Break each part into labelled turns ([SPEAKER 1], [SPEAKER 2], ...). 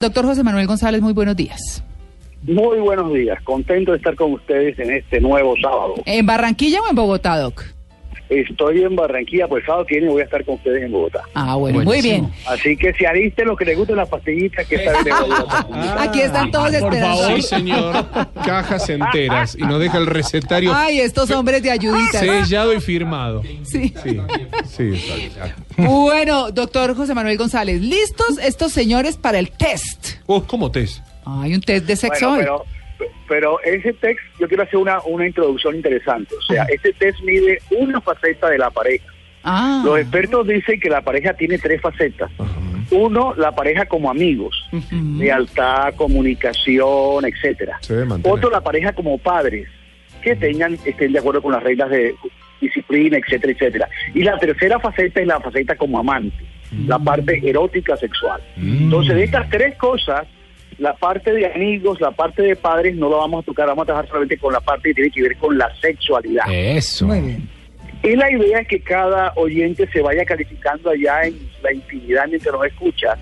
[SPEAKER 1] Doctor José Manuel González, muy buenos días.
[SPEAKER 2] Muy buenos días, contento de estar con ustedes en este nuevo sábado.
[SPEAKER 1] ¿En Barranquilla o en Bogotá, Doc?
[SPEAKER 2] Estoy en Barranquilla, pues sábado tiene voy a estar con ustedes en Bogotá.
[SPEAKER 1] Ah, bueno, muy bien.
[SPEAKER 2] Así que si aliste lo que les gusten las pastillitas, que saben de pues,
[SPEAKER 1] Ah,
[SPEAKER 2] Bogotá.
[SPEAKER 1] Aquí están todos
[SPEAKER 3] Ah, Por
[SPEAKER 1] esperando.
[SPEAKER 3] favor, señor, cajas enteras y no deja el recetario
[SPEAKER 1] Ay, estos hombres de ayuditas.
[SPEAKER 3] sellado y firmado.
[SPEAKER 1] Sí.
[SPEAKER 3] Sí, sí, está bien.
[SPEAKER 1] Bueno, doctor José Manuel González, ¿listos estos señores para el test?
[SPEAKER 3] Oh, ¿Cómo te es?
[SPEAKER 1] Hay un test de sexo
[SPEAKER 2] Bueno,
[SPEAKER 1] hoy.
[SPEAKER 2] pero, pero ese test, yo quiero hacer una, una introducción interesante. O sea, este test mide una faceta de la pareja.
[SPEAKER 1] Ah,
[SPEAKER 2] Los expertos dicen que la pareja tiene tres facetas. Uno, la pareja como amigos, lealtad, comunicación, etcétera.
[SPEAKER 3] Se debe mantener.
[SPEAKER 2] Otro, la pareja como padres, que tengan, estén de acuerdo con las reglas de disciplina, etcétera, etcétera. Y la tercera faceta es la faceta como amante, la parte erótica sexual. Entonces, de estas tres cosas, la parte de amigos, la parte de padres, no la vamos a tocar, vamos a trabajar solamente con la parte que tiene que ver con la sexualidad.
[SPEAKER 3] Eso.
[SPEAKER 1] muy bien.
[SPEAKER 2] Y la idea es que cada oyente se vaya calificando allá en la intimidad mientras nos escucha.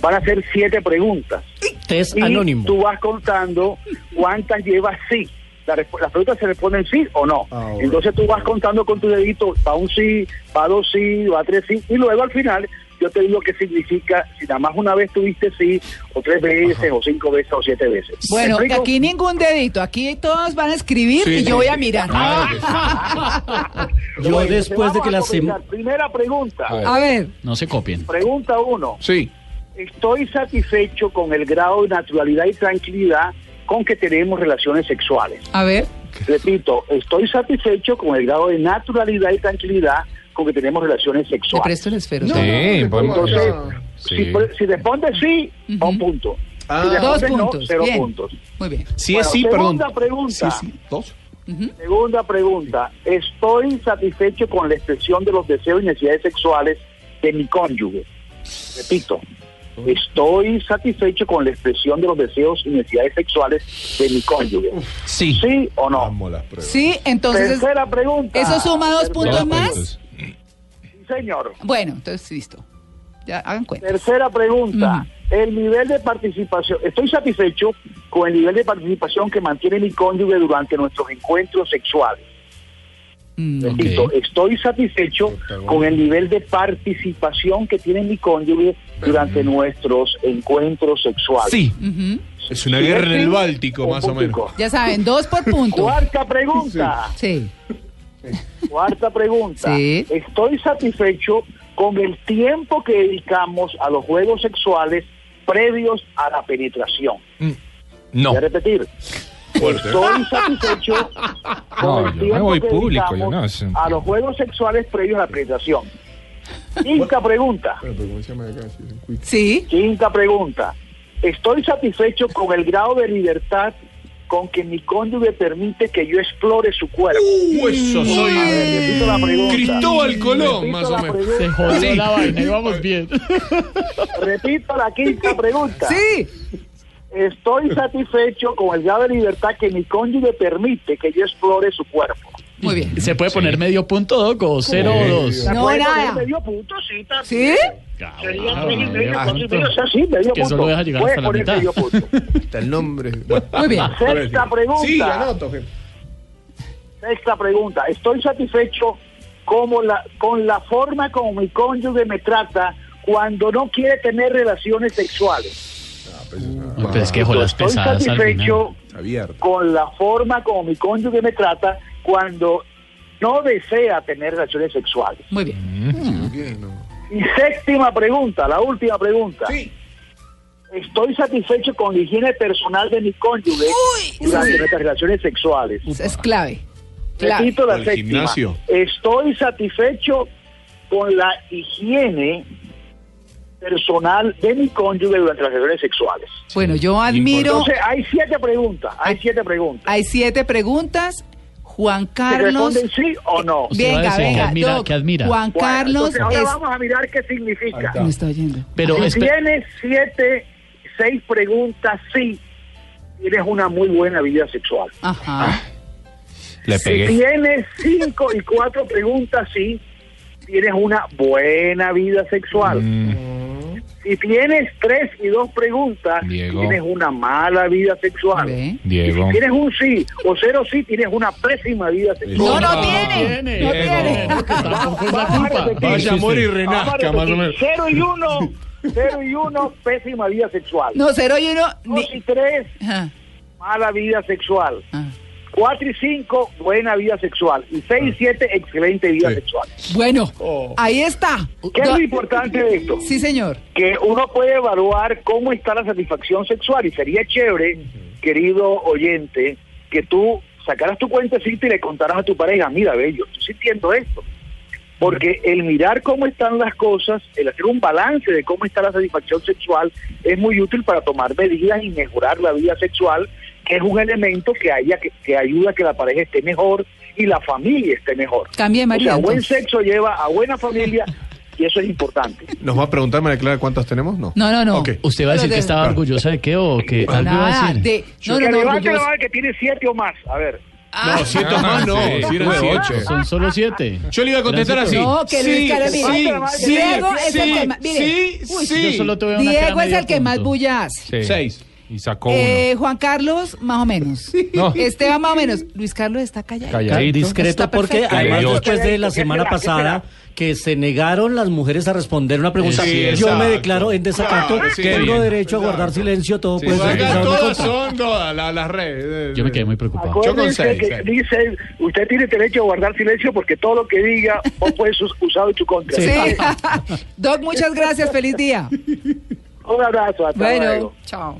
[SPEAKER 2] Van a hacer siete preguntas.
[SPEAKER 4] Test
[SPEAKER 2] Y
[SPEAKER 4] anónimo.
[SPEAKER 2] tú vas contando cuántas llevas sí. La resp- las preguntas se responden sí o no.
[SPEAKER 3] Ah, bueno.
[SPEAKER 2] Entonces tú vas contando con tu dedito, va un sí, va dos sí, va tres sí. Y luego al final yo te digo qué significa si nada más una vez tuviste sí, o tres veces, o cinco veces, o siete veces.
[SPEAKER 1] Bueno,
[SPEAKER 2] ¿Me
[SPEAKER 1] que
[SPEAKER 2] explico?
[SPEAKER 1] aquí ningún dedito, aquí todos van a escribir
[SPEAKER 3] Sí, Ah,
[SPEAKER 1] y
[SPEAKER 3] sí,
[SPEAKER 1] yo voy a
[SPEAKER 3] sí.
[SPEAKER 1] mirar. Ah,
[SPEAKER 3] Claro que sí.
[SPEAKER 4] Yo
[SPEAKER 2] Bueno,
[SPEAKER 4] después de
[SPEAKER 2] vamos
[SPEAKER 4] que
[SPEAKER 2] a
[SPEAKER 4] la
[SPEAKER 2] comenzar.
[SPEAKER 4] semana...
[SPEAKER 2] Primera pregunta.
[SPEAKER 3] A ver.
[SPEAKER 1] A ver,
[SPEAKER 4] No se copien.
[SPEAKER 2] Pregunta uno.
[SPEAKER 3] Sí.
[SPEAKER 2] Estoy satisfecho con el grado de naturalidad y tranquilidad con que tenemos relaciones sexuales.
[SPEAKER 1] a ver.
[SPEAKER 2] Repito, estoy satisfecho con el grado de naturalidad y tranquilidad con que tenemos relaciones
[SPEAKER 1] Le
[SPEAKER 2] sexuales.
[SPEAKER 1] presto el esfero.
[SPEAKER 3] Sí, podemos-
[SPEAKER 2] Entonces,
[SPEAKER 3] Sí.
[SPEAKER 2] si, pre- si responde sí, va un punto. Si
[SPEAKER 1] Dos
[SPEAKER 2] responde no,
[SPEAKER 1] puntos.
[SPEAKER 2] cero
[SPEAKER 1] bien.
[SPEAKER 2] puntos.
[SPEAKER 1] Muy bien.
[SPEAKER 3] Si
[SPEAKER 2] Bueno,
[SPEAKER 3] es sí, perdón.
[SPEAKER 2] segunda pregunta.
[SPEAKER 3] Si es sí, dos.
[SPEAKER 2] Segunda pregunta. Estoy satisfecho con la expresión de los deseos y necesidades sexuales de mi cónyuge. Repito. Estoy satisfecho con la expresión de los deseos y necesidades sexuales de mi cónyuge.
[SPEAKER 4] Sí.
[SPEAKER 2] ¿Sí o no?
[SPEAKER 3] Amo las pruebas.
[SPEAKER 1] Sí, entonces es-
[SPEAKER 2] Tercera pregunta.
[SPEAKER 1] eso suma dos puntos
[SPEAKER 3] Dos
[SPEAKER 1] más.
[SPEAKER 3] puntos.
[SPEAKER 2] Sí, señor.
[SPEAKER 1] Bueno, entonces listo. Ya hagan cuenta.
[SPEAKER 2] Tercera pregunta. El nivel de participación. Estoy satisfecho con el nivel de participación que mantiene mi cónyuge durante nuestros encuentros sexuales.
[SPEAKER 1] Mm,
[SPEAKER 2] Repito, estoy satisfecho con el nivel de participación que tiene mi cónyuge durante nuestros encuentros sexuales.
[SPEAKER 3] Sí. Es una
[SPEAKER 2] Si
[SPEAKER 3] guerra en
[SPEAKER 2] sí,
[SPEAKER 3] el Báltico,
[SPEAKER 2] un
[SPEAKER 3] más o menos.
[SPEAKER 2] puntico.
[SPEAKER 1] Ya saben, dos por punto.
[SPEAKER 2] Cuarta pregunta.
[SPEAKER 1] Sí.
[SPEAKER 2] Cuarta pregunta.
[SPEAKER 1] Sí.
[SPEAKER 2] Estoy satisfecho con el tiempo que dedicamos a los juegos sexuales previos a la penetración.
[SPEAKER 3] Mm, No.
[SPEAKER 2] Voy a repetir.
[SPEAKER 3] Fuerte.
[SPEAKER 2] Estoy satisfecho con
[SPEAKER 3] No, yo
[SPEAKER 2] el
[SPEAKER 3] me
[SPEAKER 2] tiempo
[SPEAKER 3] voy
[SPEAKER 2] que
[SPEAKER 3] público,
[SPEAKER 2] dedicamos
[SPEAKER 3] yo no, es un-
[SPEAKER 2] a los juegos sexuales previos a la penetración. Quinta pregunta.
[SPEAKER 1] Sí.
[SPEAKER 2] Quinta pregunta. Estoy satisfecho con el grado de libertad con que mi cónyuge permite que yo explore su cuerpo.
[SPEAKER 3] Uh, eso soy.
[SPEAKER 2] A ver, repito la pregunta.
[SPEAKER 3] Cristóbal Colón,
[SPEAKER 2] Repito
[SPEAKER 3] más o
[SPEAKER 2] la
[SPEAKER 3] menos.
[SPEAKER 2] pregunta.
[SPEAKER 4] Se jodió
[SPEAKER 3] Sí.
[SPEAKER 4] la vaina y vamos bien.
[SPEAKER 2] Repito la quinta pregunta.
[SPEAKER 1] Sí.
[SPEAKER 2] Estoy satisfecho con el grado de libertad que mi cónyuge permite que yo explore su cuerpo.
[SPEAKER 1] Muy bien.
[SPEAKER 4] ¿Se puede poner medio punto, Doc, o cero
[SPEAKER 3] Sí.
[SPEAKER 4] o dos?
[SPEAKER 1] No,
[SPEAKER 2] Bueno,
[SPEAKER 1] nada.
[SPEAKER 2] medio punto, sí, está
[SPEAKER 1] ¿Sí?
[SPEAKER 2] bien.
[SPEAKER 4] Ah,
[SPEAKER 2] Sería
[SPEAKER 4] bueno,
[SPEAKER 2] tres y medio,
[SPEAKER 4] medio
[SPEAKER 2] cuatro y
[SPEAKER 4] punto.
[SPEAKER 2] medio, o sea, sí, medio
[SPEAKER 4] Que solo
[SPEAKER 2] punto.
[SPEAKER 4] deja llegar
[SPEAKER 2] Puede
[SPEAKER 4] hasta la
[SPEAKER 2] poner
[SPEAKER 4] mitad.
[SPEAKER 2] medio punto.
[SPEAKER 3] Está el nombre.
[SPEAKER 1] Muy bien.
[SPEAKER 2] Sexta pregunta.
[SPEAKER 3] Sí, anoto, jefe.
[SPEAKER 2] Sexta pregunta. Estoy satisfecho como la, con la forma como mi cónyuge me trata cuando no quiere tener relaciones sexuales.
[SPEAKER 4] No, pero es que jolas
[SPEAKER 2] Estoy
[SPEAKER 4] pesadas al final.
[SPEAKER 2] satisfecho
[SPEAKER 3] Abierto.
[SPEAKER 2] con la forma como mi cónyuge me trata cuando no desea tener relaciones sexuales.
[SPEAKER 1] Muy bien.
[SPEAKER 2] Y séptima pregunta, la última pregunta.
[SPEAKER 3] Sí.
[SPEAKER 2] Estoy satisfecho con la higiene personal de mi cónyuge
[SPEAKER 1] Uy,
[SPEAKER 2] durante
[SPEAKER 1] sí.
[SPEAKER 2] nuestras relaciones sexuales.
[SPEAKER 1] Esa Es clave. Clave.
[SPEAKER 2] Repito
[SPEAKER 3] O
[SPEAKER 2] la
[SPEAKER 3] el
[SPEAKER 2] séptima.
[SPEAKER 3] gimnasio.
[SPEAKER 2] Estoy satisfecho con la higiene personal de mi cónyuge durante las relaciones sexuales.
[SPEAKER 1] Bueno, yo admiro.
[SPEAKER 2] Entonces, hay siete preguntas, hay siete preguntas.
[SPEAKER 1] Hay siete preguntas. Juan
[SPEAKER 2] ¿Se
[SPEAKER 1] Carlos.
[SPEAKER 2] responden sí o no?
[SPEAKER 4] Usted va a
[SPEAKER 1] Venga,
[SPEAKER 4] decir que
[SPEAKER 1] venga.
[SPEAKER 4] admira-
[SPEAKER 1] Doc,
[SPEAKER 4] que admira.
[SPEAKER 1] Juan
[SPEAKER 2] Bueno,
[SPEAKER 1] Carlos
[SPEAKER 2] entonces ahora
[SPEAKER 1] es.
[SPEAKER 2] vamos a mirar qué significa.
[SPEAKER 1] Me está oyendo.
[SPEAKER 4] Pero
[SPEAKER 2] Si
[SPEAKER 4] espe-
[SPEAKER 2] tienes siete, seis preguntas, sí, tienes una muy buena vida sexual.
[SPEAKER 1] Ajá.
[SPEAKER 5] Le
[SPEAKER 2] Si
[SPEAKER 5] pegué.
[SPEAKER 2] tienes cinco y cuatro preguntas, sí, tienes una buena vida sexual. Si tienes tres y dos preguntas,
[SPEAKER 5] Mm. Diego.
[SPEAKER 2] tienes una mala vida sexual.
[SPEAKER 1] Ve.
[SPEAKER 5] Diego.
[SPEAKER 2] Si tienes un sí o cero sí, tienes una pésima vida sexual.
[SPEAKER 1] No, no tiene. No tiene.
[SPEAKER 4] No, porque tampoco es la
[SPEAKER 2] Vamos a
[SPEAKER 4] culpa.
[SPEAKER 2] repetir.
[SPEAKER 3] Vaya amor y
[SPEAKER 2] Vamos a
[SPEAKER 3] renazca, más o
[SPEAKER 2] repetir.
[SPEAKER 3] menos.
[SPEAKER 2] Cero y uno, cero y uno, pésima vida sexual.
[SPEAKER 1] No, cero y uno.
[SPEAKER 2] Dos y
[SPEAKER 1] ni-
[SPEAKER 2] tres,
[SPEAKER 1] Ajá, ah.
[SPEAKER 2] mala vida sexual.
[SPEAKER 1] ajá.
[SPEAKER 2] Cuatro y cinco, buena vida sexual. Y seis
[SPEAKER 3] Ah.
[SPEAKER 2] y siete, excelente vida sexual.
[SPEAKER 1] Bueno,
[SPEAKER 4] Oh.
[SPEAKER 1] ahí está.
[SPEAKER 2] ¿Qué es
[SPEAKER 1] Do-
[SPEAKER 2] lo importante de esto?
[SPEAKER 1] Sí, señor.
[SPEAKER 2] Que uno puede evaluar cómo está la satisfacción sexual y sería chévere, querido oyente, que tú sacaras tu cuentecito y le contaras a tu pareja, mira, ve, yo estoy sintiendo esto. Porque el mirar cómo están las cosas, el hacer un balance de cómo está la satisfacción sexual, es muy útil para tomar medidas y mejorar la vida sexual, que es un elemento que, haya, que, que ayuda a que la pareja esté mejor y la familia esté mejor.
[SPEAKER 1] Cambie de marido,
[SPEAKER 2] O sea, buen
[SPEAKER 1] entonces.
[SPEAKER 2] sexo lleva a buena familia y eso es importante.
[SPEAKER 3] ¿Nos va a preguntar, María Clara, cuántas tenemos? No.
[SPEAKER 1] No, no, no.
[SPEAKER 3] Ok.
[SPEAKER 4] ¿Usted va a decir que estaba orgullosa de qué o que algo iba a
[SPEAKER 1] Nada,
[SPEAKER 4] decir?
[SPEAKER 1] de- no,
[SPEAKER 2] que
[SPEAKER 1] no, no,
[SPEAKER 2] levante la
[SPEAKER 1] orgulloso.
[SPEAKER 2] mano que tiene siete o más. A ver.
[SPEAKER 1] Ah,
[SPEAKER 3] Siete o más, no.
[SPEAKER 5] Sí,
[SPEAKER 3] si eran
[SPEAKER 5] fue
[SPEAKER 3] siete.
[SPEAKER 5] ocho.
[SPEAKER 4] Son solo siete.
[SPEAKER 3] Yo le iba a contestar así.
[SPEAKER 1] No, que Luis
[SPEAKER 3] sí,
[SPEAKER 1] Carlos, mire.
[SPEAKER 3] sí, sí,
[SPEAKER 1] Diego es el
[SPEAKER 3] sí,
[SPEAKER 1] que más- mire.
[SPEAKER 3] sí,
[SPEAKER 1] Uy,
[SPEAKER 3] sí.
[SPEAKER 4] Yo solo tuve una cara
[SPEAKER 1] Diego es
[SPEAKER 4] medio
[SPEAKER 1] pues, el que más
[SPEAKER 4] punto.
[SPEAKER 1] bulla hace.
[SPEAKER 5] Sí.
[SPEAKER 3] Seis.
[SPEAKER 5] Y sacó
[SPEAKER 1] Eh, Juan Carlos, más o menos.
[SPEAKER 5] No.
[SPEAKER 1] Esteban, más o menos. Luis Carlos está callado.
[SPEAKER 5] Calladito.
[SPEAKER 6] Sí, discreto
[SPEAKER 1] Está
[SPEAKER 6] porque
[SPEAKER 1] perfecto.
[SPEAKER 6] además
[SPEAKER 5] Calladito.
[SPEAKER 6] después de la
[SPEAKER 2] ¿Qué será?
[SPEAKER 6] semana
[SPEAKER 2] ¿Qué
[SPEAKER 6] pasada que se negaron las mujeres a responder una pregunta,
[SPEAKER 5] Sí,
[SPEAKER 6] yo
[SPEAKER 5] exacto.
[SPEAKER 6] me declaro en desacato,
[SPEAKER 3] Claro, sí,
[SPEAKER 6] tengo
[SPEAKER 5] bien.
[SPEAKER 6] derecho a guardar silencio, todo puede ser
[SPEAKER 3] Acá
[SPEAKER 6] usado en mi
[SPEAKER 3] todas
[SPEAKER 6] contra.
[SPEAKER 3] son todas la- las redes.
[SPEAKER 4] Yo me quedé muy preocupado.
[SPEAKER 3] Yo con
[SPEAKER 2] Acuérdense
[SPEAKER 3] seis,
[SPEAKER 2] que
[SPEAKER 3] seis.
[SPEAKER 2] dice, usted tiene derecho a guardar silencio porque todo lo que diga vos puedes us- usado en tu contra.
[SPEAKER 1] Sí. Doc, muchas gracias. Feliz día.
[SPEAKER 2] Un abrazo. Hasta
[SPEAKER 1] Bueno,
[SPEAKER 2] luego.
[SPEAKER 1] chao.